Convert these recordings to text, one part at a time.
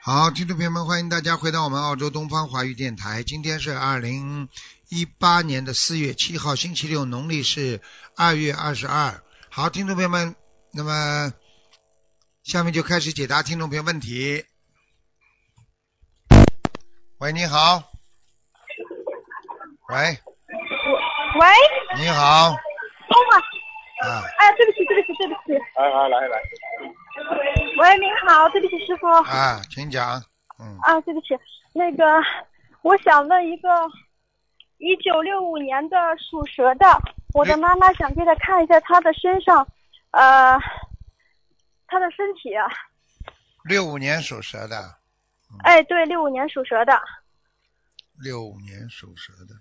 好，听众朋友们，欢迎大家回到我们澳洲东方华语电台。今天是二零一八年的四月七号，星期六，农历是二月二十二。好，听众朋友们，那么下面就开始解答听众朋友问题。喂，你好。喂，喂，你好。哦哇，啊，哎，对不起，对不起，对不起。哎哎，来来，喂，您好，对不起，师傅。啊，请讲。嗯，啊，对不起，那个，我想问一个，一九六五年的属蛇的，我的嗯妈妈想给她看一下她的身上，呃，她的身体啊。六五年属蛇的，哎，对，六五年属蛇的。六五年属蛇的，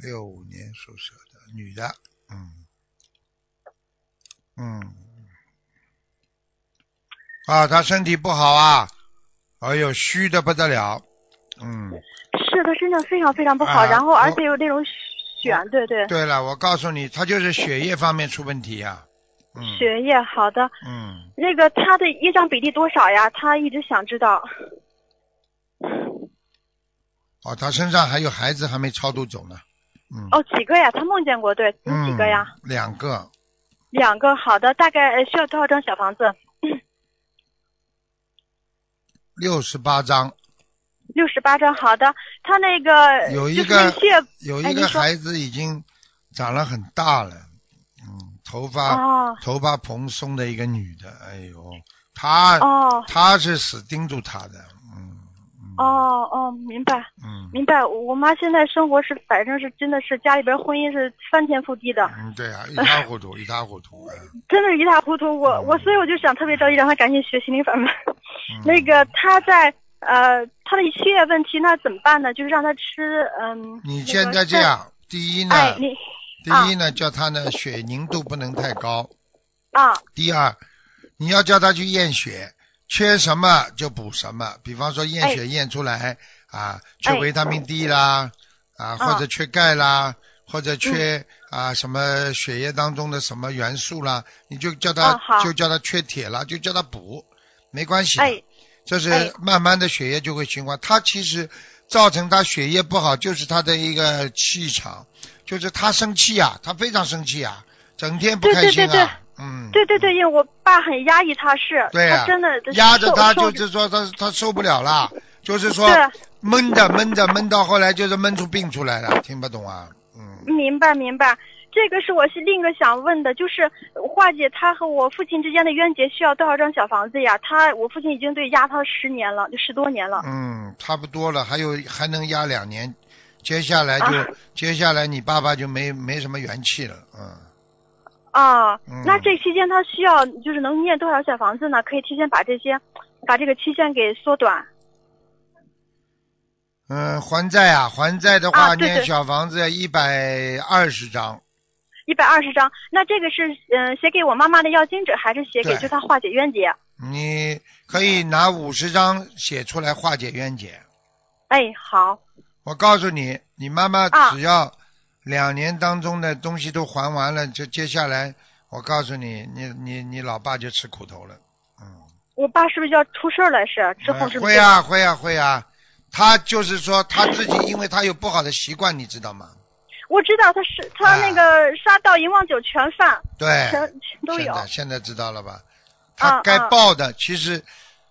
六五年属蛇的女的，嗯，嗯，啊，她身体不好啊，哎呦，虚的不得了，嗯，是，她身上非常非常不好，啊然后我而且有那种癣，对对，对了，我告诉你，她就是血液方面出问题呀、嗯，血液好的。嗯，那个她的业障比例多少呀？她一直想知道。哦，她身上还有孩子还没超度走呢，嗯，哦，几个呀？她梦见过，对，有嗯，几个呀？两个，两个好的，大概呃需要多少张小房子？六十八张，六十八张，好的。他那个有一就是个那些有哎一你个说孩子已经长了很大了，嗯，头发、哦头发蓬松的一个女的，哎呦，她、哦她是死盯住她的，嗯哦哦，明白嗯明白。我妈现在生活是，反正是真的是家里边婚姻是翻天覆地的，嗯，对啊，一塌糊涂，一塌糊涂啊。真的是一塌糊涂。我我所以我就想特别着急让她赶紧学心灵法门。 嗯、那个她在呃她的血液问题那怎么办呢？就是让她吃嗯。你那个现在这样，第一呢，哎你第一呢，叫她呢血凝度不能太高，啊第二，你要叫他去验血，缺什么就补什么。比方说验血验出来、啊，缺哎维他命 D 啦，啊或者缺钙啦，或者缺、嗯啊什么血液当中的什么元素啦，你就叫他、啊好就叫他缺铁啦，就叫他补，没关系的。哎这是哎慢慢的血液就会循环。他其实造成他血液不好，就是他的一个气场，就是他生气啊，他非常生气啊，整天不对开对心啊，对对嗯，对对对，因为我爸很压抑她是，对呀、她真的压着受他，受就是说他他受不了了，就是说对闷着闷着闷到后来就是闷出病出来了，听不懂啊？嗯，明白明白，这个是我是另一个想问的，就是化解他和我父亲之间的冤结需要多少张小房子呀？他我父亲已经对压他十年了，就十多年了。嗯，差不多了，还有还能压两年，接下来就、啊接下来你爸爸就没没什么元气了，嗯，啊，嗯那这期间他需要就是能念多少小房子呢？可以提前把这些，把这个期限给缩短。嗯，还债啊，还债的话，啊对念对小房子一百二十张，一百二十张，那这个是嗯、呃写给我妈妈的要经者，还是写给对就他化解冤结？你可以拿五十张写出来化解冤结。哎，好，我告诉你，你妈妈啊只要两年当中的东西都还完了，就接下来，我告诉你，你你你老爸就吃苦头了。嗯，我爸是不是要出事儿了？是之后呃是不是？会啊会啊会啊，他就是说他自己，因为他有不好的习惯，你知道吗？我知道他是他哎那个杀盗淫妄酒全犯，对，全全都有哎现。在现在知道了吧？他嗯该嗯报的，其实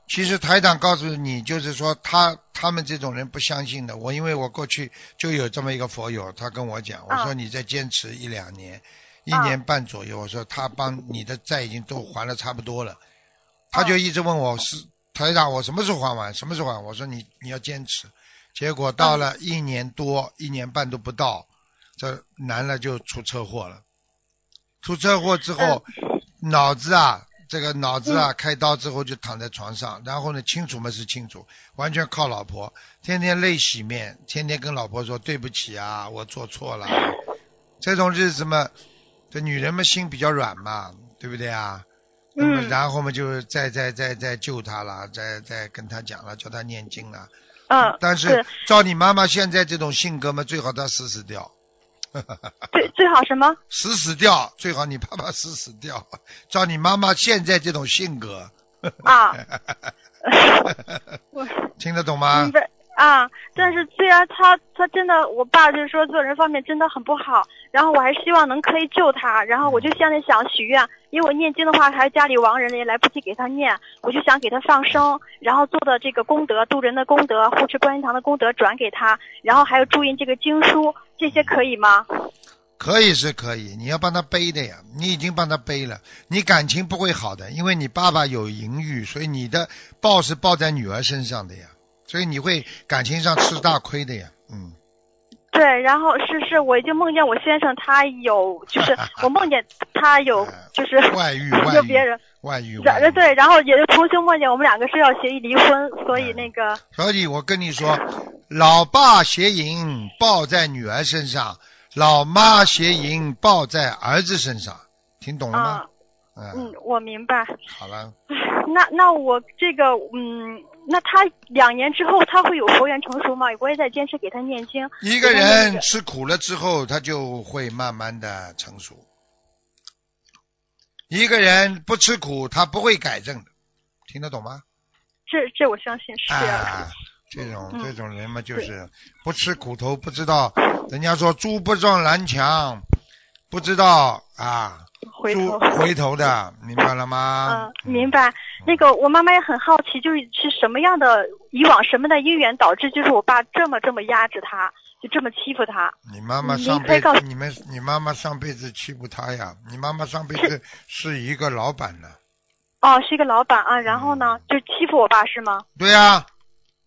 其实台长告诉你，就是说他他们这种人不相信的。我因为我过去就有这么一个佛友，他跟我讲，我嗯说你再坚持一两年，一嗯年半左右，我说他帮你的债已经都还了差不多了，啊他就一直问我是台长，我什么时候还完？什么时候还？我说你你要坚持。结果到啊了一年多、一年半都不到，这男的就出车祸了。出车祸之后，脑子啊，这个脑子啊，开刀之后就躺在床上，然后呢，清楚嘛是清楚，完全靠老婆，天天泪洗面，天天跟老婆说对不起啊，我做错了。这种日子嘛，这女人们心比较软嘛，对不对啊？那么嗯然后嘛，就再再再再救她了，再再跟她讲了，叫她念经了。嗯，但是对照你妈妈现在这种性格嘛，最好她死死掉， 最最好什么？死死掉，最好你爸爸死死掉。照你妈妈现在这种性格， 啊，听得懂吗明？白啊。但是虽然他他真的，我爸就是说做人方面真的很不好，然后我还希望能可以救他，然后我嗯就现在想许愿，因为我念经的话，还是家里亡人了也来不及给他念，我就想给他放生，然后做的这个功德，渡人的功德，护持观音堂的功德转给他，然后还有注印这个经书，这些可以吗？可以是可以，你要帮他背的呀，你已经帮他背了，你感情不会好的，因为你爸爸有淫欲，所以你的报是报在女儿身上的呀，所以你会感情上吃大亏的呀，嗯， 对，然后是是，我已经梦见我先生他有，就是 我梦见他有，就是 外遇外有别遇人。啊外遇，外对遇。对，然后也就重新梦见我们两个是要协议离婚，所以那个所以我跟你说，老爸邪淫报在女儿身上，老妈邪淫报在儿子身上，听懂了吗啊？，嗯，我明白。 好了，那那我这个嗯，那他两年之后他会有佛缘成熟吗？我也在坚持给他念经。一个给他念人经吃苦了之后，他就会慢慢的成熟。一个人不吃苦，他不会改正的，听得懂吗？这这我相信是这样的。啊，这种、嗯这种人嘛，就是不吃苦头，不知道。人家说猪不撞南墙，不知道啊，回猪头。回头的，明白了嗯、吗？明。白。那个我妈妈也很好奇，就是是什么样的以往什么的因缘导致，就是我爸这么这么压制他，就这么欺负他。你妈妈您上可以辈告子诉，你们你妈妈上辈子欺负他呀？你妈妈上辈子是一个老板呢。哦，是一个老板啊，然后嗯呢，就欺负我爸是吗？对呀、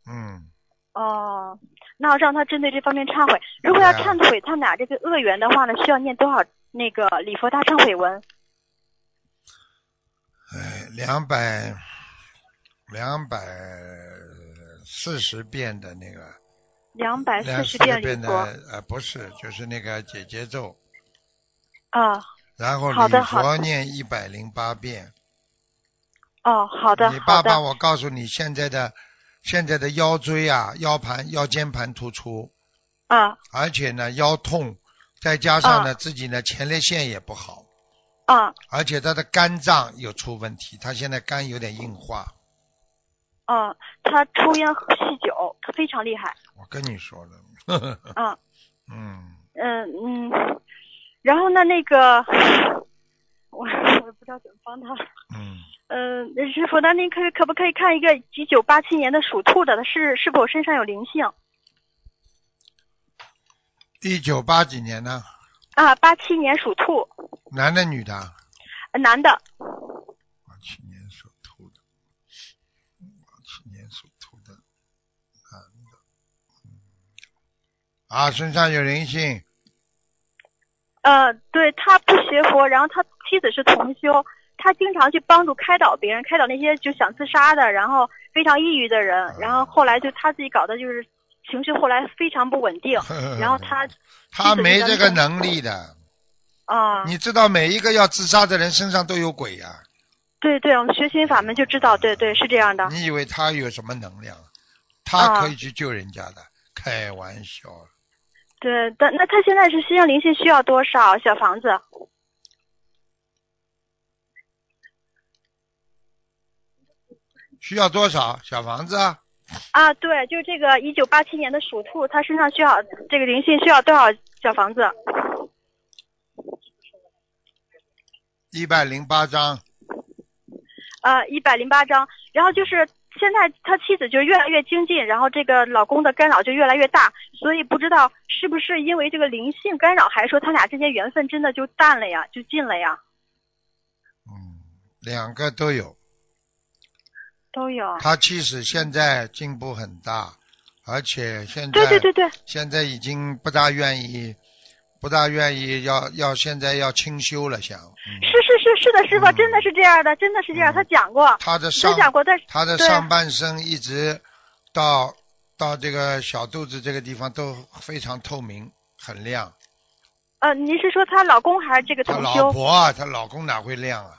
嗯，哦，那让他针对这方面忏悔。如果要啊忏悔他们俩这个恶缘的话呢，需要念多少那个礼佛大忏悔文？哎，两百两百四十遍的那个，两百四两十百遍礼遍佛的呃不是，就是那个解结咒，啊、然后好礼的好佛念一百零八遍。哦，好的你好爸爸，的，我告诉你，现在的现在的腰椎啊、腰盘、腰间盘突出，啊而且呢腰痛，再加上呢、自己呢前列腺也不好，啊而且他的肝脏有出问题，他现在肝有点硬化。啊，他抽烟喝酗酒，他非常厉害。我跟你说了，啊，嗯，嗯嗯，然后呢，那个我我也不知道怎么帮他。嗯，嗯、师傅，那您可可不可以看一个一九八七年的属兔的，他是是否身上有灵性一九八几年呢，啊？八七年属兔，男的女的啊？呃男的。八七年属兔的，八七年属兔的，男的，嗯啊，身上有灵性，呃，对他不学佛，然后他妻子是同修，他经常去帮助开导别人，开导那些就想自杀的，然后非常抑郁的人，然后后来就他自己搞的就是情绪后来非常不稳定， 嗯然后他 他没这个能力的，啊、你知道每一个要自杀的人身上都有鬼啊呀、对对，我们学心法门就知道，对对是这样的，你以为他有什么能量？啊啊他可以去救人家的，开玩笑了。对，但那他现在是心上灵性需要多少小房子？需要多少小房子啊？啊，对，就是这个一九八七年的属兔，他身上需要这个灵性需要多少小房子？一百零八张。呃，一百零八章。然后就是现在他妻子就越来越精进，然后这个老公的干扰就越来越大，所以不知道是不是因为这个灵性干扰，还是说他俩之间缘分真的就淡了呀，就尽了呀？嗯，两个都有。都有。他其实现在进步很大，而且现在对对对对，现在已经不大愿意，不大愿意要要现在要清修了，想。嗯、是是是是的，师傅、嗯真的是这样的，真的是这样，嗯他讲过，他的他上讲过，但是他的对上半身一直到到这个小肚子这个地方都非常透明，很亮。呃，您是说她老公还是这个她同老修？婆啊，她老公哪会亮啊？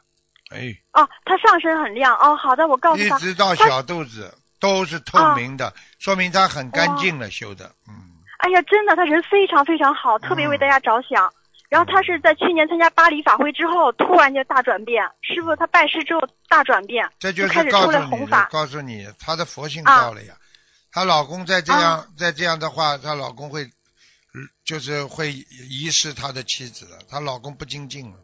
哎，哦，她上身很亮哦。好的，我告诉一她，直到她小肚子都是透明的，说明她很干净了修的。嗯，嗯哎呀，真的，她人非常非常好，特别为大家着想。然后他是在去年参加巴黎法会之后，突然就大转变。师傅他拜师之后大转变，这就是开始告出来诉弘你法的，。告诉你她的佛性啊到了呀。她老公再这样、再这样的话，她老公会，嗯就是会遗失她的妻子的。她老公不精进了，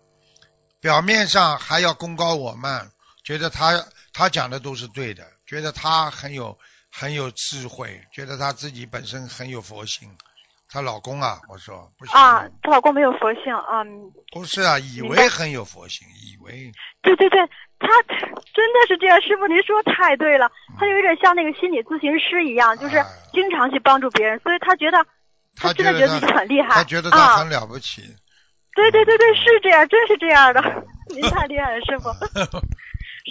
表面上还要功高我慢，觉得她她讲的都是对的，觉得她很有很有智慧，觉得她自己本身很有佛性。她老公啊，我说不行，啊，她老公没有佛性啊，嗯不是啊，以明为白很有佛性，以为对对对，他真的是这样。师傅您说太对了，他有点像那个心理咨询师一样，就是嗯哎经常去帮助别人，所以他觉得她真的觉觉得得自她己很厉害。她觉得她啊很，了不起。对对对对，是这样，真是这 样的。您太厉害了，师傅，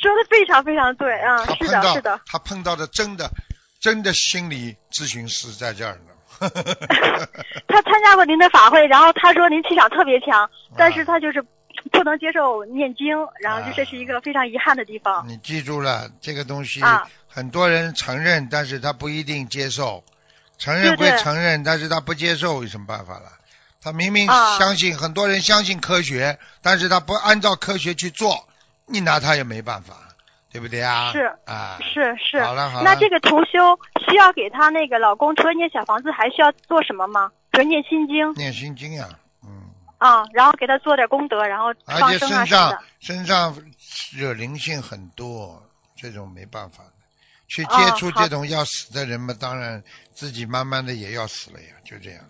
说的非常非常对啊，他是碰的，到 是的，他碰到的真的真的心理咨询师在这儿呢。他参加过您的法会，然后他说您气场特别啊强，但是他就是不能接受念经，然后啊就这是一个非常遗憾的地方。你记住了，这个东西啊很多人承认，但是他不一定接受。承认对归对承认，但是他不接受，有什么办法了？他明明啊相信，很多人相信科学，但是他不按照科学去做，你拿他也没办法，对不对啊？是啊，是是，好了好了那这个同修需要给她那个老公除了念小房子，还需要做什么吗？比如念心经念心经呀、嗯。啊、然后给她做点功德，然后而放且身生啊什么的上。身上惹灵性很多，这种没办法的。去接哦触好这种要死的人嘛，当然自己慢慢的也要死了呀，就这样。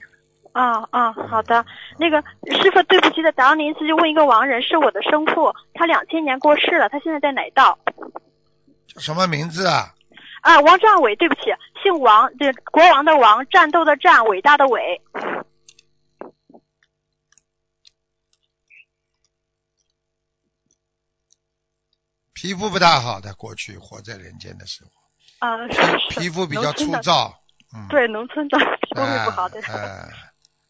啊啊，好的。那个师傅，对不起，的，打扰您一次，就问一个亡人，是我的生父，他两千年过世了，他现在在哪道？叫什么名字啊？啊，王占伟，对不起，姓王，对，国王的王，战斗的战，伟大的伟。皮肤不大好的，过去活在人间的时候，啊，是是皮肤比较农村粗的糙，嗯，对，农村的皮肤会哎，不好的。哎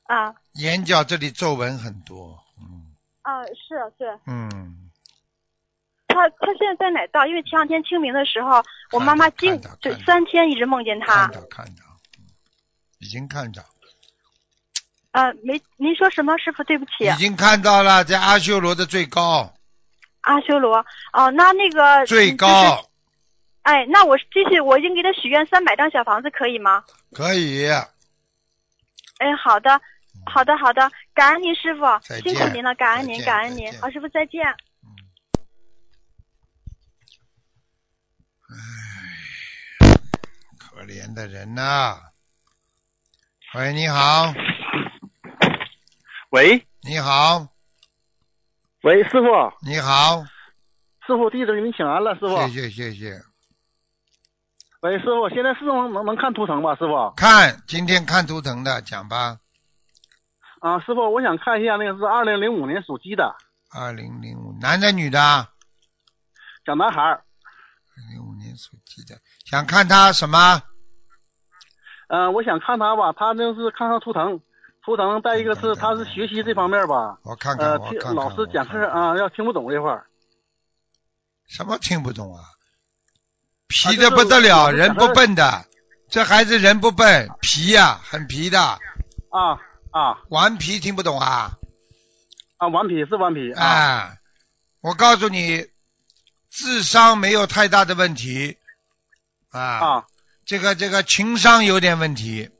啊眼角这里皱纹很多，嗯啊，是对。嗯，他他现在在哪道？因为前两天清明的时候，我妈妈经看到看到对看到三天一直梦见他看。到看到，嗯已经看到，呃，没，您说什么？师傅，对不起已，经看到了，在阿修罗的最高，阿修罗。哦，那那个最嗯就是高哎，那我继续，我已经给他许愿三百张小房子，可以吗？可以。哎，好的，好的，好的，感恩您师傅嗯再，见辛苦您了，感恩再您，见感恩再您见。啊，师傅再见。可怜的人呐、喂，你好，喂你好，喂，师傅，你好，师傅，弟子给您请安了，师傅。谢谢谢谢。喂，师傅，现在是能能能看图腾吧，师傅？看，今天看图腾的，讲吧。啊，师傅，我想看一下那个是二零零五年属鸡的二零零五，男的女的啊？小男孩儿，零五年属鸡的，想看他什么？嗯、我想看他吧，他就是看看图腾，图腾再一个是他是学习这方面吧，我看看，呃，我听看看。老师讲我课看看，啊，要听不懂这块儿。什么听不懂啊？皮就的是不得了，老师人讲不课笨的，这孩子人不笨，皮呀、很皮的，啊啊顽皮听不懂啊。啊，顽皮是顽皮啊啊，我告诉你，智商没有太大的问题啊，啊这个这个情商有点问题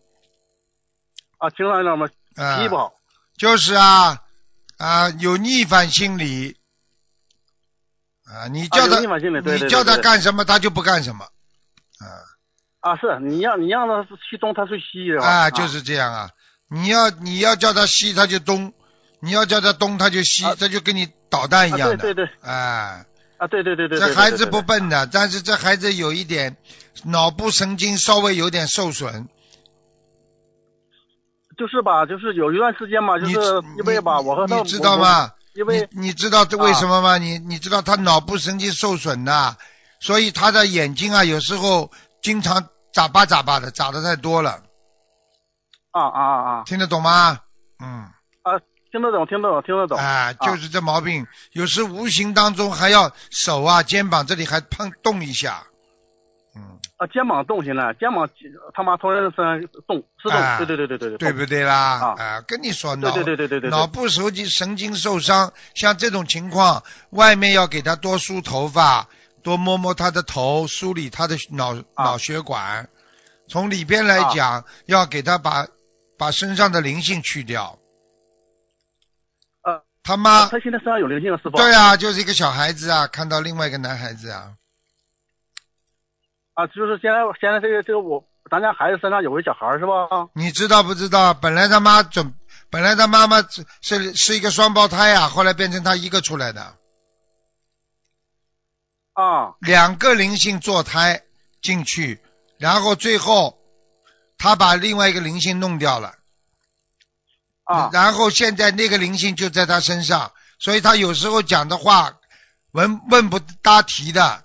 啊，听到了吗？啊脾气，不好就是啊啊有逆反心理啊，你啊，叫有他、逆反心理，对对你对叫他对干什么他就不干什么啊，是你让你让他去东，他去西的吧啊，就是这样啊，你要你要叫他西他就东，你要叫他东他就西，啊他就跟你捣蛋一啊，样的，对对对啊啊，对对对对，对这孩子不。对对对笨的，但是这孩子有一点脑部神经稍微有点受损。就是吧，就是有一段时间嘛，就你是知因为吧，你我和他你知道？吗？我因为啊你你知道这为什么吗？你你知道他脑部神经受损呐、所以他的眼睛啊，有时候经常眨巴眨巴的，眨的太多了，啊啊啊啊，听得懂吗？嗯，听得懂，听得懂，听得懂。啊，就是这毛病，有时无形当中还要手啊、肩膀这里还碰动一下。嗯，啊，肩膀动现在，肩膀他妈突然身上动，是动，啊对对对对对对，对不对啦？啊啊，跟你说对脑对对对对对，脑部神经神经受伤，像这种情况，外面要给他多梳头发，多摸摸他的头，梳理他的脑、啊脑血管。从里边来讲，要给他把把身上的灵性去掉。呃，他妈，他现在身上有灵性了，师傅。对啊，就是一个小孩子啊，看到另外一个男孩子啊，啊，就是现在现在这个这个我咱家孩子身上有个小孩儿是吧？啊你知道不知道？本来他妈准，本来他妈妈是是是一个双胞胎啊，后来变成他一个出来的。啊两个灵性坐胎进去，然后最后他把另外一个灵性弄掉了，啊然后现在那个灵性就在他身上，所以他有时候讲的话文问不搭题的，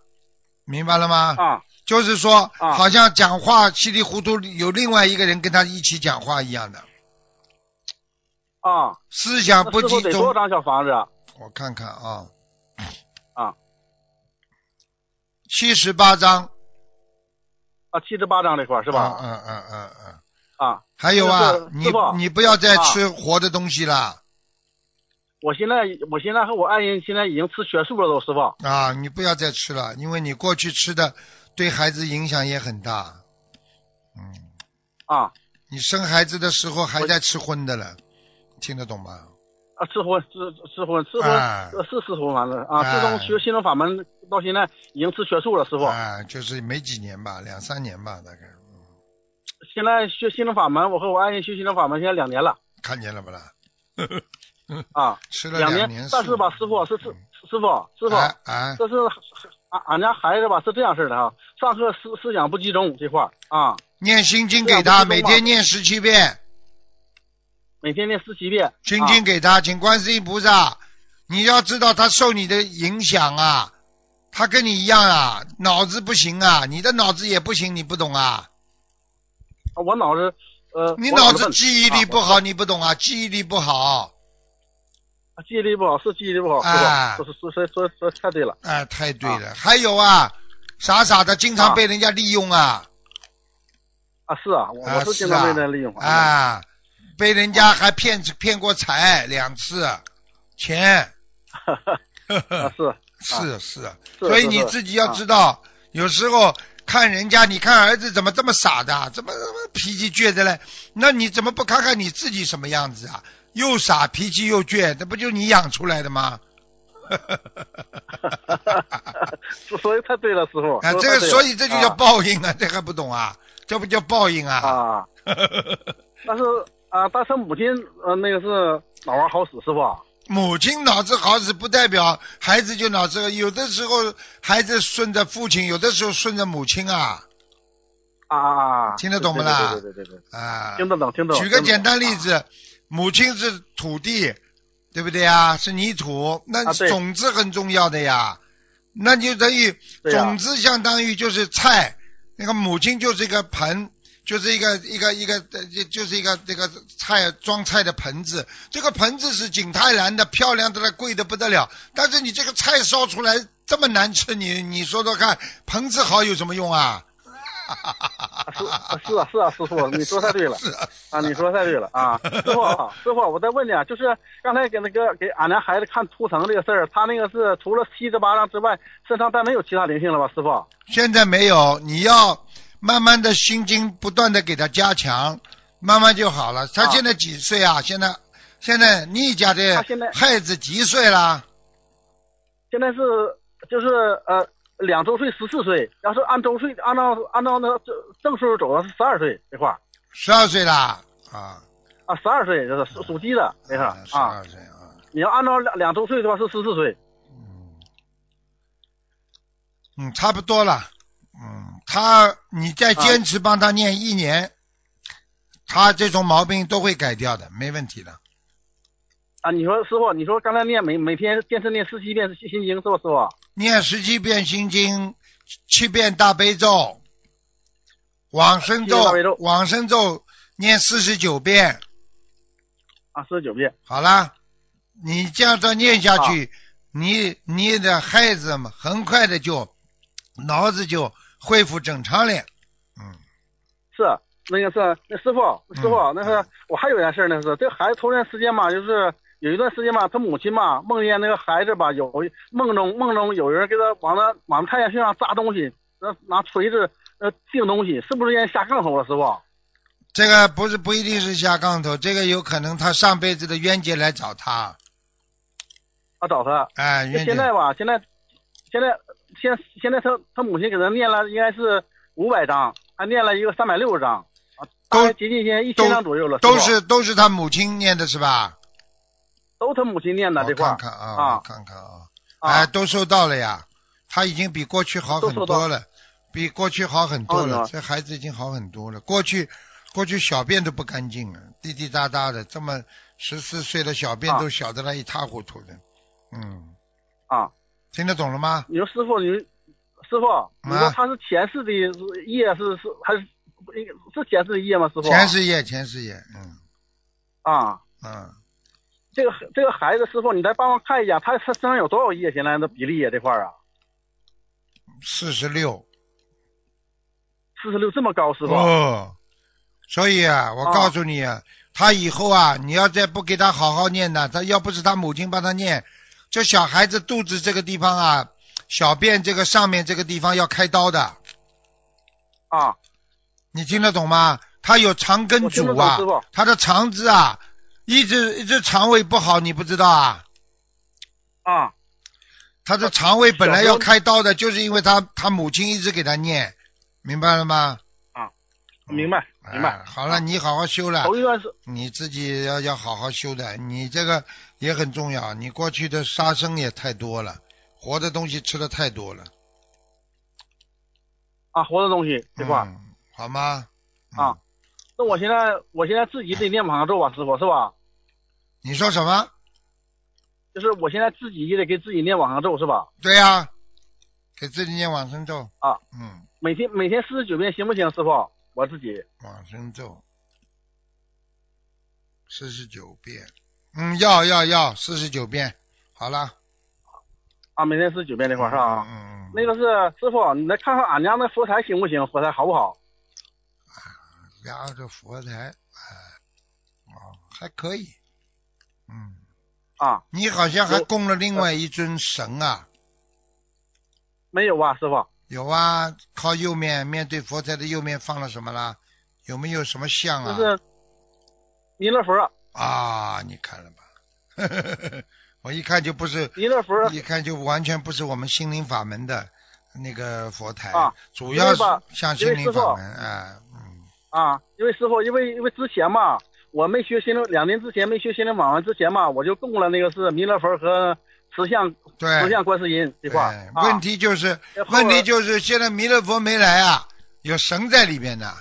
明白了吗？啊就是说，啊好像讲话稀里糊涂，有另外一个人跟他一起讲话一样的，啊！思想那不师傅集得多少中。张小房子啊？我看看啊，啊，七十八章啊，七十八张这块儿是是吧？嗯嗯嗯嗯。啊，还有啊那个，你师傅你不要再啊吃活的东西啦我现在我现在和我爱人现在已经吃全素了都，师傅。啊！你不要再吃了，因为你过去吃的对孩子影响也很大。嗯，啊你生孩子的时候还在吃荤的了，听得懂吗？啊，吃荤吃吃荤吃荤、哎呃是吃荤完了啊！哎自从学心灵法门到现在已经吃全素了，师傅。啊，就是没几年吧，两三年吧，大概。现在学心灵法门，我和我爱人学心灵法门现在两年了看见了不啦？啊，吃了两年，嗯但是吧，师傅是是师傅师傅。啊啊！这是俺俺家孩子吧是这样式的哈，上课思思想不集中这块儿啊，念心经这给样他，不是每中天吗念十七遍，每天念十七遍。心经啊给他，请观世音菩萨。你要知道他受你的影响啊，他跟你一样啊，脑子不行啊，你的脑子也不行，你不懂啊？我脑子呃，你我脑子笨记忆力不，啊好，你不懂啊？记忆力不好，我啊记忆力不好是记忆力不好，哎是吧？说说说说太对了哎，太对了。还有啊，傻傻的，经常啊被人家利用啊，啊，是啊，我啊我是经是啊常被人利用啊啊，被人家还骗骗过财两次，钱，呵 啊呵是 是是。是，所以是你是啊自己要知道，有时候看人家，你看儿子怎么这么傻的，怎么怎么脾气倔的嘞？那你怎么不看看你自己什么样子啊？又傻，脾气又倔，这不就你养出来的吗？ 啊 所 所以太对了，师傅。啊，说这太个对了所以这就叫啊报应啊，这还不懂啊？这不叫报应啊！ 啊，但是啊，但是母亲呃那个是脑瓜好使，师傅啊母亲脑子好使不代表孩子就脑子，有的时候孩子顺着父亲，有的时候顺着母亲啊啊啊啊！听得懂不啦对对对对对对，啊！听得懂听得懂。举个听得简懂单例子，母亲是土地，对不对啊？是泥土，那啊对种子很重要的呀。那就等于、对呀种子相当于就是菜，那个母亲就是一个盆，就是一个一个一个，呃就就是一个这个菜装菜的盆子。这个盆子是景泰蓝的，漂亮的了，贵的不得了。但是你这个菜烧出来这么难吃，你你说说看，盆子好有什么用 啊？是啊是啊是啊，师傅，你说太 对了是啊，啊，你说太对了啊，师傅啊师傅，我再问你啊，就是刚才给那个给俺家孩子看图腾这个事儿，他那个是除了七十八张之外，身上再没有其他灵性了吧，师傅？现在没有，你要慢慢的心经不断的给他加强，慢慢就好了。他啊现在几岁啊？现在现在你家他的现在孩子几岁啊啦？现在是就是呃两周岁十四岁，要是按周岁按照按照那正正岁数走的是十二岁这块儿十二岁啦啊！啊，十二岁这是属属鸡的这块儿十啊，二岁啊，你要按照两两周岁的话是十四岁嗯，嗯，差不多了。嗯，他你再坚啊持帮他念一年，他这种毛病都会改掉的，没问题的。啊。你说师傅，你说刚才念每每天坚持念十七遍心心经是吧，师傅？啊念十七遍心经，七遍大悲咒，往生七遍咒大悲咒，往生咒念四十九遍，啊，四十九遍好啦，你这样再念下去，你你的孩子们很快的就脑子就恢复正常了。嗯，是那个是那师傅，师傅、嗯那个我还有件事呢，是这孩子头段时间吧，就是有一段时间吧，他母亲吧梦见那个孩子吧有梦中梦中有人给他往他往他太阳穴上扎东西，那拿锤子呃钉东西，是不是让人下杠头了，师傅？这个不是不一定是下杠头，这个有可能他上辈子的冤结来找他。啊，找他。哎，那冤现结在吧，现在现在现现在他他母亲给他念了应该是五百张，还念了一个三百六十张，啊，都大概接近现在一千张左右了，都师傅是都是他母亲念的是吧？都他母亲念的我这块看儿看啊，啊我看看啊，哎，啊，都收到了呀，他已经比过去好很都收到哦多了，比过去好很多好了，很多这孩子已经好很多了。过去过去小便都不干净了，滴滴答答的，这么十四岁的小便啊都小得来一塌糊涂的，嗯，啊，听得懂了吗？你说师傅，你师傅，你说啊他是前世的业是是还是是前世的业吗？师傅，前世业，前世业，嗯啊，嗯，这个这个孩子，师傅，你再帮我看一下，他他身上有多少业？现在的比例啊，这块儿啊，四十六四十六这么高，师傅，哦，所以啊，我啊告诉你啊，他以后啊，你要再不给他好好念呢，他要不是他母亲帮他念，这小孩子肚子这个地方啊，小便这个上面这个地方要开刀的，啊，你听得懂吗？他有肠根我听得主懂啊师傅，他的肠子啊，一直一直肠胃不好，你不知道啊？啊，他的肠胃本来小时要候开刀的，就是因为他他母亲一直给他念，明白了吗？明白明白哦哎，好了，你好好修了。头一段是你自己要要好好修的，你这个也很重要。你过去的杀生也太多了，活的东西吃的太多了，啊，活的东西这块儿。嗯、好吗？嗯啊，那我现在我现在自己得念往上咒吧，师傅是吧？你说什么？就是我现在自己也得给自己念往上咒是吧？对呀、给自己念往生咒啊，嗯，每天每天四十九遍行不行，师傅？我自己往生咒四十九遍，嗯，要要要四十九遍，好了，啊，每天四十九遍这块儿是吧？啊嗯，嗯那个是师傅，你来看看俺家那佛台行不行？佛台好不好？压着佛台，哎，哦，还可以，嗯。啊，你好像还有呃供了另外一尊神啊？没有啊，师傅有啊，靠右面面对佛台的右面放了什么啦？有没有什么像就啊？是弥勒佛，啊，你看了吧？ 我一看就不是，弥勒佛一看就完全不是我们心灵法门的那个佛台，啊主要因为是吧像因为心灵师法父门啊，嗯啊，因为师傅，因为因为之前嘛，我没学心灵，两年之前没学心灵法门之前嘛，我就供了那个是弥勒佛和石像石对像观世音这对块儿。啊哎问题就是然后问题就是现在弥勒佛没来啊，有神在里面呢。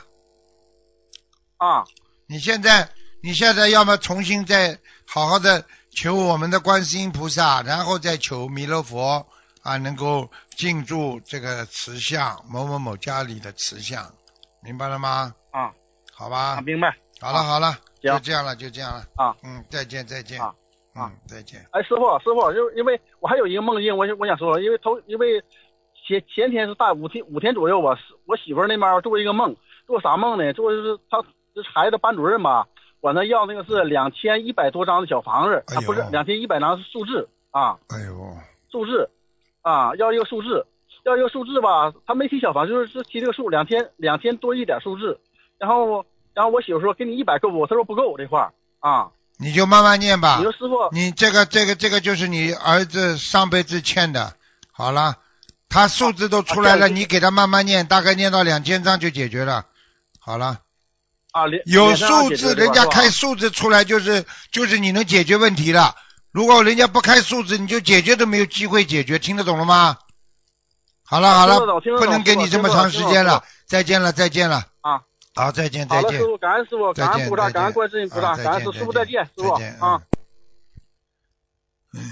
啊，你现在，你现在要么重新再好好的求我们的观世音菩萨，然后再求弥勒佛啊，能够进驻这个慈像某某某家里的慈像，明白了吗？啊，好啊，吧，明白。好了好了，行就这样了，就这样了啊，嗯，再见再见，啊啊嗯，再见，哎，师傅，师傅，就因为我还有一个梦境，我想我想说，因为头因为前前天是大五天五天左右吧，我媳妇儿那边做一个梦，做啥梦呢？做就是她这孩子班主任吧，管她要那个是两千一百多张的小房子，哎啊、不是呦两千一百张是数字啊，哎呦，数字啊，要一个数字，要一个数字吧，她没提小房子，就是是提这个数两千两千多一点数字，然后然后我媳妇说给你一百够不够？她说不够这块儿啊，你就慢慢念吧你，说师傅你这个这个这个就是你儿子上辈子欠的，好了，他数字都出来了，啊对你给他慢慢念，大概念到两千章就解决了，好了。啊，连有连上让数解决字，这块人儿家是吧开数字出来就是就是你能解决问题了。如果人家不开数字，你就解决都没有机会解决，听得懂了吗？好了啊好啊听得了，懂听得不懂能给你听这得么懂长听时得间懂了，再见了再见了啊！好，再见好再了，见师，傅，哦感恩师傅，再感恩见菩萨，再感恩见观世音菩萨，啊再感恩见师师傅，再见，师傅再见啊。。嗯哎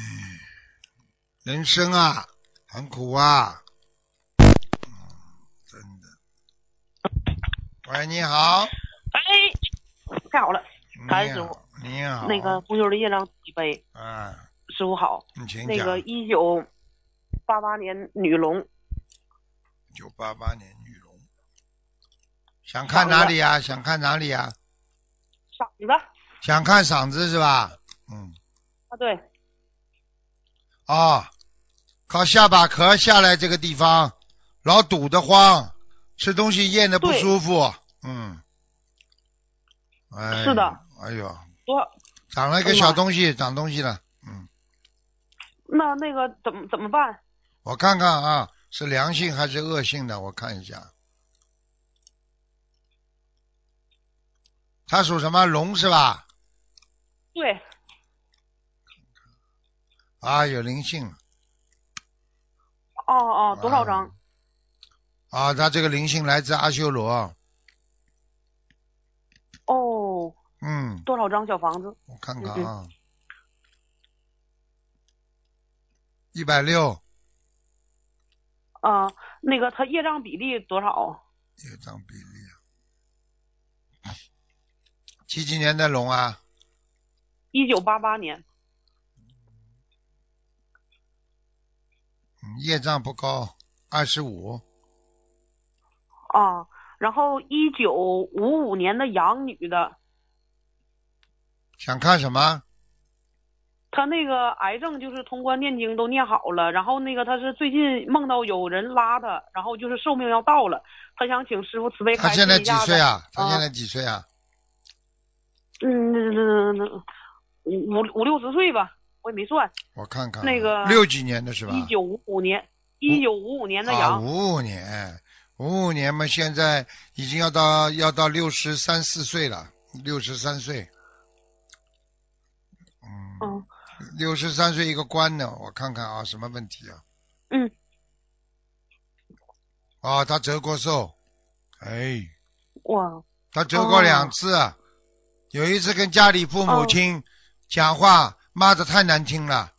人生啊，很苦啊，嗯，真的。喂，你好，哎，太好了，感恩你师好，你好，那个红修的业障几杯，啊，师傅好。你请那讲。个一九八八年女龙，九八八年女想看哪里呀、想看哪里呀、嗓子想看嗓子是吧？嗯，啊，对，哦，靠下巴壳下来这个地方老堵得慌，吃东西咽的不对舒服。嗯，哎，是的。哎呦，多少长了一个哎呀小东西，长东西了。嗯，那那个怎么怎么办？我看看啊，是良性还是恶性的？我看一下。它属什么龙是吧？对，啊，有灵性了哦哦，多少张？啊！它这个灵性来自阿修罗。哦，嗯，多少张小房子？我看看啊，嗯一百六啊、那个他业障比例多少？一张比例啊。几几年的龙啊？一九八八年，嗯业障不高，二十五。啊，然后一九五五年的羊女的，想看什么？她那个癌症就是通关念经都念好了，然后那个她是最近梦到有人拉她，然后就是寿命要到了，她想请师傅慈悲他开现在示一几下岁子？啊？他啊现在几岁啊？嗯，那那五五五六十岁吧，我也没算。我看看啊，那个六几年的是吧？一九五五年，一九五五年的啊，羊，五五年，五五年嘛，现在已经要到要到六十三四岁了，六十三岁。嗯，嗯六十三岁一个官呢，我看看啊，什么问题啊？嗯。啊，他折过寿，哎，哇，他折过哦两次，啊有一次跟家里父母哦亲讲话，骂的太难听了，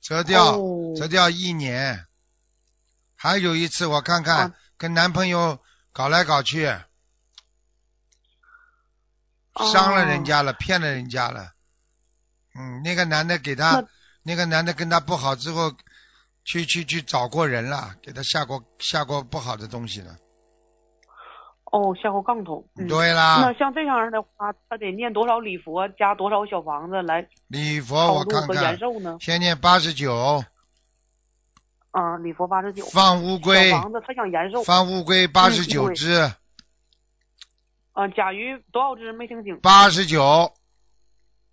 折掉，哦折掉一年。还有一次我看看，啊跟男朋友搞来搞去，哦伤了人家了，骗了人家了。嗯，那个男的给他那，那个男的跟他不好之后，去去去找过人了，给他下过下过不好的东西了。哦，下过杠头。嗯、对啊啦，那像这样的话，他得念多少礼佛加多少小房子来礼佛超哦我度看和延看，寿呢？先念八十九，啊，礼佛八十九，放乌龟小，房子他嗯想延寿。放乌龟八十九对只，啊，甲鱼多少只没听清？八十九，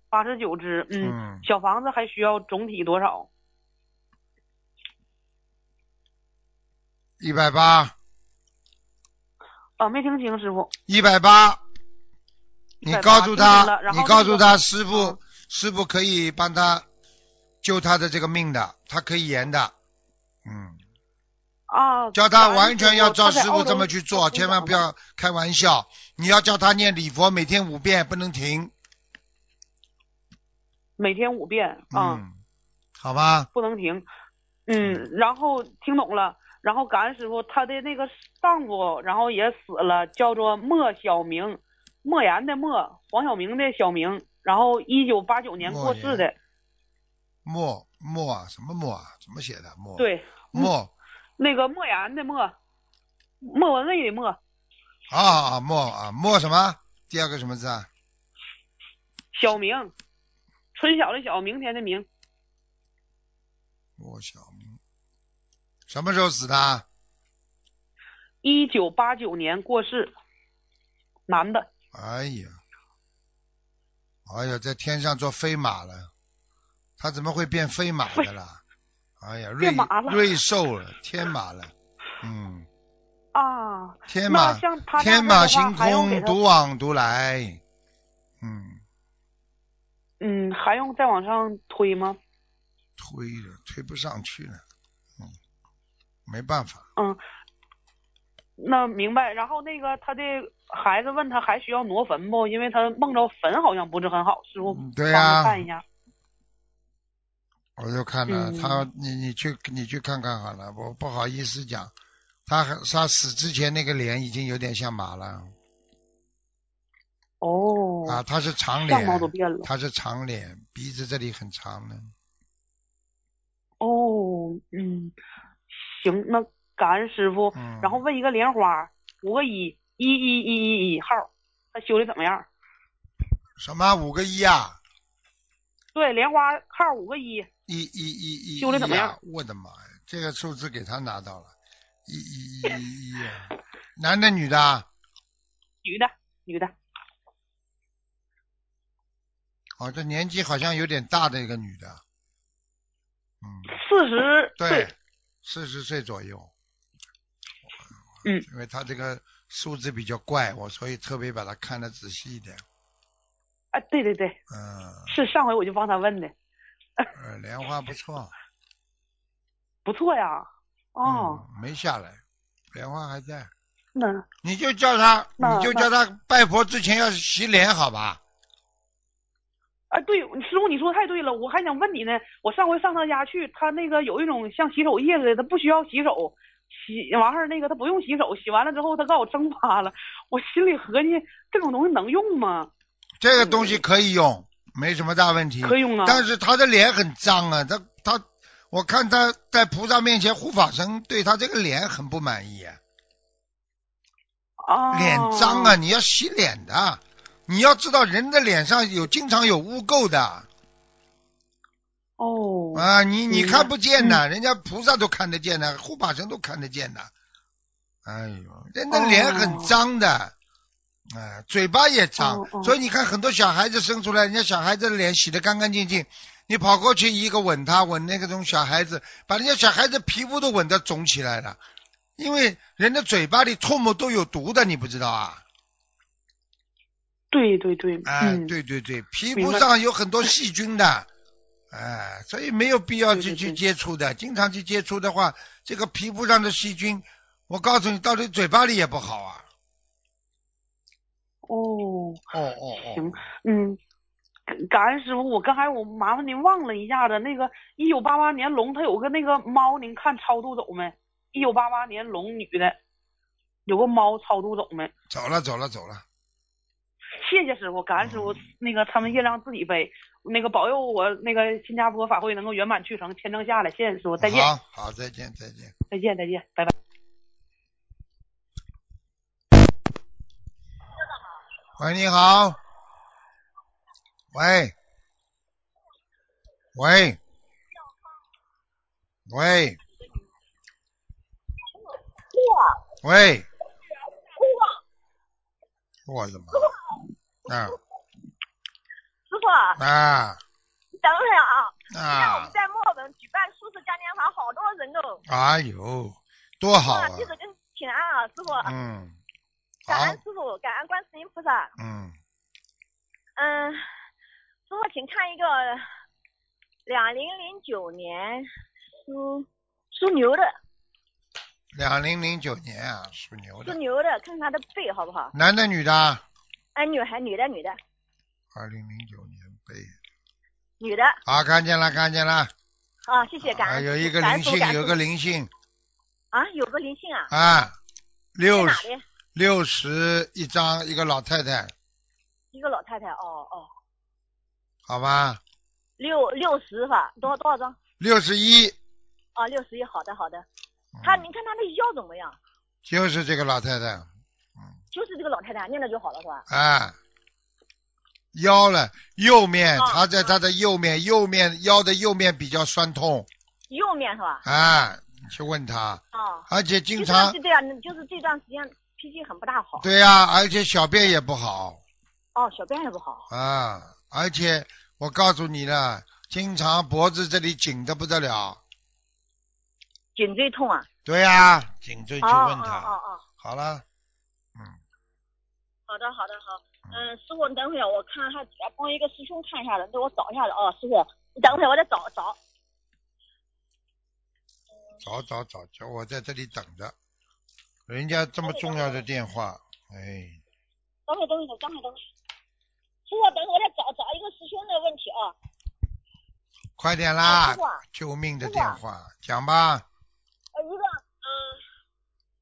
八十九只。嗯，嗯，小房子还需要总体多少？一百八，啊，没听清师傅。一百八，你180告诉听清他了，然后你告诉他，师嗯傅，师傅可以帮他救他的这个命的，他可以延的，嗯，啊，叫感他恩完全要照他在师澳傅洲这么去做，有成千万长不要开玩笑。你要叫他念礼佛，每天五遍，不能停，每天五遍啊，嗯，好吧，不能停。嗯，然后听懂了，然后感恩师傅，他的那个丈夫，然后也死了，叫做莫小明，莫言的莫，黄晓明的小明，然后一九八九年过世的，墨墨啊，什么墨啊？怎么写的墨？，对，嗯墨那个莫言的莫，莫文蔚的莫，啊啊墨啊墨什么？第二个什么字啊？小明，春晓的晓，明天的明，墨小明，什么时候死的啊？一九八九年过世，男的，哎呀，哎呀，在天上做飞马了，他怎么会变飞马的啦？哎呀，瑞变马了瑞兽了，天马了，嗯，啊，天那马像他这天样的马话行还用空，给他独往独来，嗯，嗯，还用再往上推吗？推了推不上去了，嗯，没办法。嗯，那明白。然后那个他的孩子问他还需要挪坟不？因为他梦着坟好像不是很好，师傅嗯帮对呀他看一下。我就看了嗯他，你你去你去看看好了，我不好意思讲，他还他死之前那个脸已经有点像马了哦，啊，他是长相貌都脸，变了。他是长脸，鼻子这里很长的，哦哦，嗯，行，那感恩师傅。嗯，然后问一个莲花，五个一，一一一一一号，他修的怎么样？什么五个一啊？对，莲花号五个一，一一一一，修得怎么样一啊我的妈呀，这个数字给他拿到了，一一一一一啊，男的女的啊？女的，女的，哦，这年纪好像有点大的一个女的，嗯，四十岁对，，四十岁左右。嗯因为他这个数字比较怪，我所以特别把它看得仔细一点。啊，对对对，嗯，是上回我就帮他问的，呃莲花不错，不错呀。哦，嗯，没下来，莲花还在。那你就叫他，那你就叫他拜佛之前要洗脸，好吧？啊，对，师傅你说太对了，我还想问你呢。我上回上他家去，他那个有一种像洗手液似的，他不需要洗手，洗完事儿那个他不用洗手，洗完了之后他告我蒸发了，我心里合计这种东西能用吗？这个东西可以用，没什么大问题。可以用啊。但是他的脸很脏啊，他他，我看他在菩萨面前护法神对他这个脸很不满意啊、啊，脸脏啊，！你要洗脸的，你要知道人的脸上有经常有污垢的哦，啊，你你明白看不见嗯的，人家菩萨都看得见的，护法神都看得见的。哎呦，人的脸很脏的，啊，嘴巴也脏，哦哦哦所以你看很多小孩子生出来，人家小孩子的脸洗得干干净净，你跑过去一个吻他，吻那个种小孩子，把人家小孩子皮肤都吻得肿起来了，因为人的嘴巴里唾沫都有毒的，你不知道啊？对对对，哎，嗯，对对对，皮明肤白上有很多细菌的，哎，所以没有必要对去对去对接触的。经常去接触的话，这个皮肤上的细菌，我告诉你，到你嘴巴里也不好啊。哦，哦哦哦行，嗯，感感恩师傅，我刚才我麻烦您忘了一下子，那个一九八八年龙，它有个那个猫，您看超度走没？一九八八年龙女的，有个猫超度走没？走了走了走了，谢谢师傅，感恩师傅，那个他们月亮自己背，那个保佑我那个新加坡法会能够圆满去成，签证下来，谢谢师傅，再见，好好再见再见。再见，再见，拜拜。喂，你好。喂，喂，喂，喂，我的妈！啊师傅，啊等会儿啊，现在我啊们！在墨尔本举办素食嘉年华，好多人哦。哎呦，多好啊哇！弟子跟请安啊，师傅，嗯，感好恩，师傅，感恩观世音菩萨。嗯，嗯，师傅，请看一个两零零九年属属牛的，两零零九年啊，属牛属的，牛的，看看他的背好不好？男的女的啊？哎，女孩，女的，女的，二零零九年被女的。好，看见了，看见了。啊，谢谢，感啊，恩。有一个感灵恩师傅性，感恩有师个傅灵性啊，有个灵性啊，啊，在六哪十里？六十一张，一个老太太，一个老太太，哦哦，好吧，六六十吧，多少多少张？六十一，啊，六十一，好的好的。嗯他，您看他的腰怎么样？就是这个老太太就是这个老太太念了就好了，是吧？啊，腰了，右面，啊她在她的右面，右面腰的右面比较酸痛右面是吧？啊，你去问她，啊，而且就经是他常是这样，就是这段时间脾气很不大好，对呀、而且小便也不好哦，小便也不好，啊，而且我告诉你了，经常脖子这里紧的不得了，颈椎痛啊。对呀、颈椎去哦问哦她。哦哦，好了，好的好的好。嗯，师傅，你等会儿我看还帮一个师兄看一下子，你给我找一下子哦，师傅，你等会儿我再找找。找找找，叫我在这里等着。人家这么重要的电话，哎，等会儿等会儿等会儿等会儿，师傅，等会儿我再找找一个师兄的问题啊。快点啊啦师傅，啊，救命的电话，讲吧。呃一个嗯，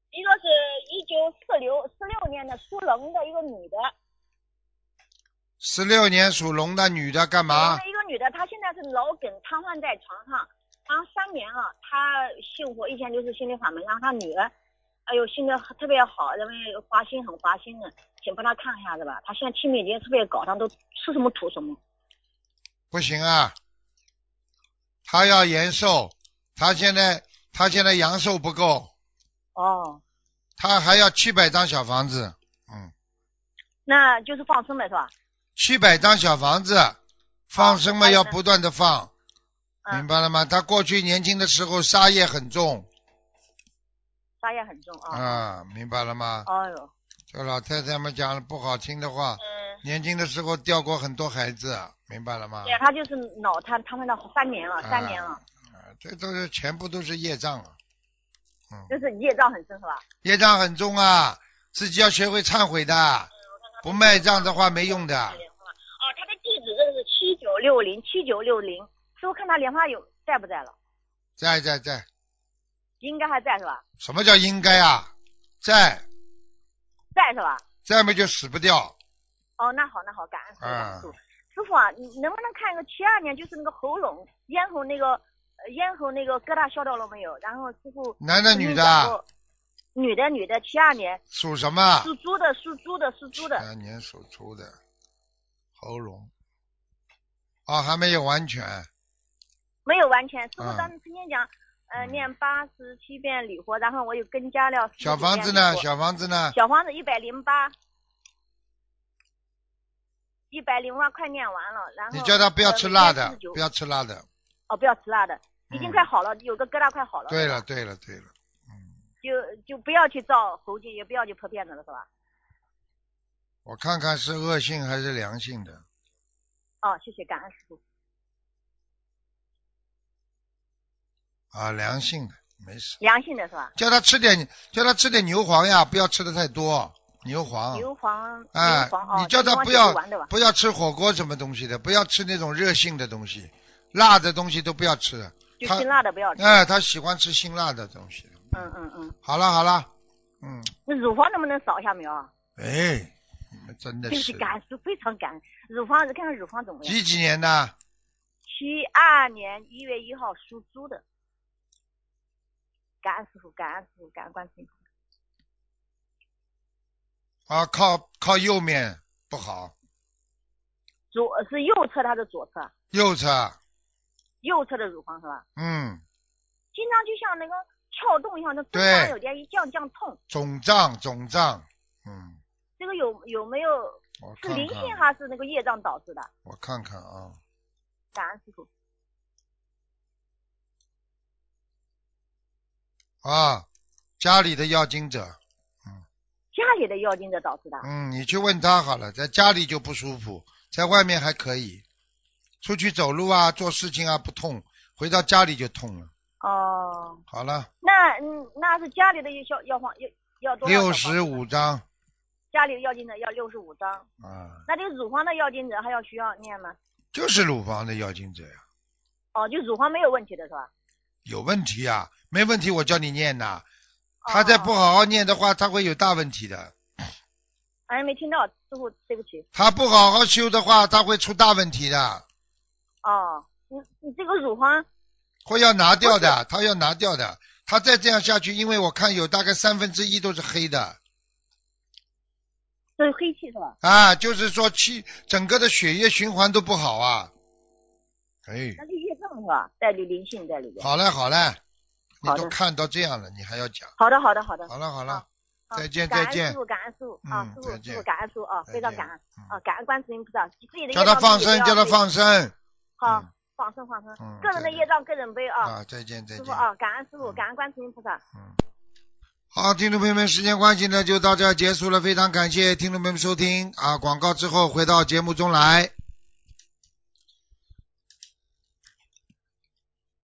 一个是一九四六四六年的属龙的一个女的。十六年属龙的女的干嘛？一个女的，她现在是脑梗瘫痪在床上，然后三年了。她信佛，以前就是心灵法门，然后她女儿哎呦，现在特别好，因为花心很花心的，请帮他看一下子吧。他现在清明节特别搞，他都吃什么吐什么。不行啊，他要延寿，他现在他现在阳寿不够，哦，他还要七百张小房子，嗯，那就是放生呗，是吧？七百张小房子，放生嘛好要的不断的放，嗯明白了吗？他过去年轻的时候杀业很重杀业很重啊。啊，明白了吗？哎呦，这老太太们讲了不好听的话，嗯，年轻的时候掉过很多孩子，明白了吗对？啊，他就是脑瘫，瘫痪了三年了，三年了，啊这都是全部都是业障啊，嗯，就是业障很深，是吧？业障很重啊，自己要学会忏悔的，不卖账的话没用的。哦，他的地址认识七九六零七九六零，师傅看他莲花有在不在了？在在在，应该还在是吧？什么叫应该啊？在在是吧？在没就死不掉。哦，那好，那好，感恩师傅感恩嗯师傅。师傅啊，你能不能看一个七二年，就是那个喉咙、咽喉那个、呃咽喉那个疙瘩消掉了没有？然后师傅男的跟你女的讲啊过？女的，女的，七二年，属什么？属猪的，属猪的，属猪的。三年属猪的，喉咙。哦，还没有完全。没有完全。师傅嗯当时曾经讲，呃，嗯念八十七遍礼佛，然后我有跟加料。小房子呢？小小房子呢？小房子一百零八，一百零八快念完了，然后你叫他不要呃吃每辣天的， 49不要吃辣的。哦，不要吃辣的，已经嗯快好了，有个疙瘩快好了。对是吧了，对了，对了，就就不要去造猴精，也不要去破骗子了，是吧？我看看是恶性还是良性的。哦，谢谢，感恩师傅。啊，良性的，没事。良性的是吧？叫他吃点，叫他吃点牛黄呀，不要吃的太多。牛黄。牛黄，哎牛黄哦，你叫他牛黄不是要完的吧？不要吃火锅什么东西的，不要吃那种热性的东西，辣的东西都不要吃。就他辛辣的不要吃。哎，他喜欢吃辛辣的东西。嗯嗯嗯，好了好了，嗯，那乳房能不能扫一下苗啊？哎，你们真的对不起，是感恩师傅非常感恩。乳房看看乳房怎么样？几几年的？七二年一月一号属猪的。感恩师傅，感恩师傅，感恩关心。啊，靠靠右面不好，左是右侧，他的左侧，右侧，右侧的乳房是吧？嗯，经常就像那个跳动一样，那中对间有点一降降痛。肿胀肿胀，嗯，这个有有没有我是看啊灵性看，还是那个业障导致的？我看看啊，感恩师傅。啊，家里的要经者，家里的妖精者导致的。嗯，你去问他好了，在家里就不舒服，在外面还可以，出去走路啊、做事情啊不痛，回到家里就痛了。哦，好了，那嗯，那是家里的要要黄要要多少小六房子？十五张家里的妖精者要六十五张，啊，那这个乳房的妖精者还要需要念吗？就是乳房的妖精者呀，哦，就乳房没有问题的是吧？有问题啊，没问题我叫你念呐，他再不哦，好好念的话，他会有大问题的。哎，没听到，师傅对不起。他不好好修的话，他会出大问题的，哦，你你这个乳房会要拿掉的，他要拿掉的。他再这样下去，因为我看有大概三分之一都是黑的，这是黑气是吧？啊，就是说气整个的血液循环都不好啊。哎，那是业障是吧？带着灵性在里边。好嘞好嘞，你好的都看到这样了，你还要讲？好的，好的，好的。好了好了好，好再见感再恩见师傅，感恩师傅啊，嗯师傅再见师傅感恩师傅啊，再非常见感恩嗯啊，感恩观世音菩萨，自己的叫业他障放自己生，背叫他自己放生好嗯，放生放生嗯，个人对的业障个人背啊，啊！再见再师见傅。啊，感恩师傅，嗯感恩观世音菩萨。好，听众朋友们，时间关系呢，就到这儿结束了。非常感谢听众朋友们收听啊！广告之后回到节目中来。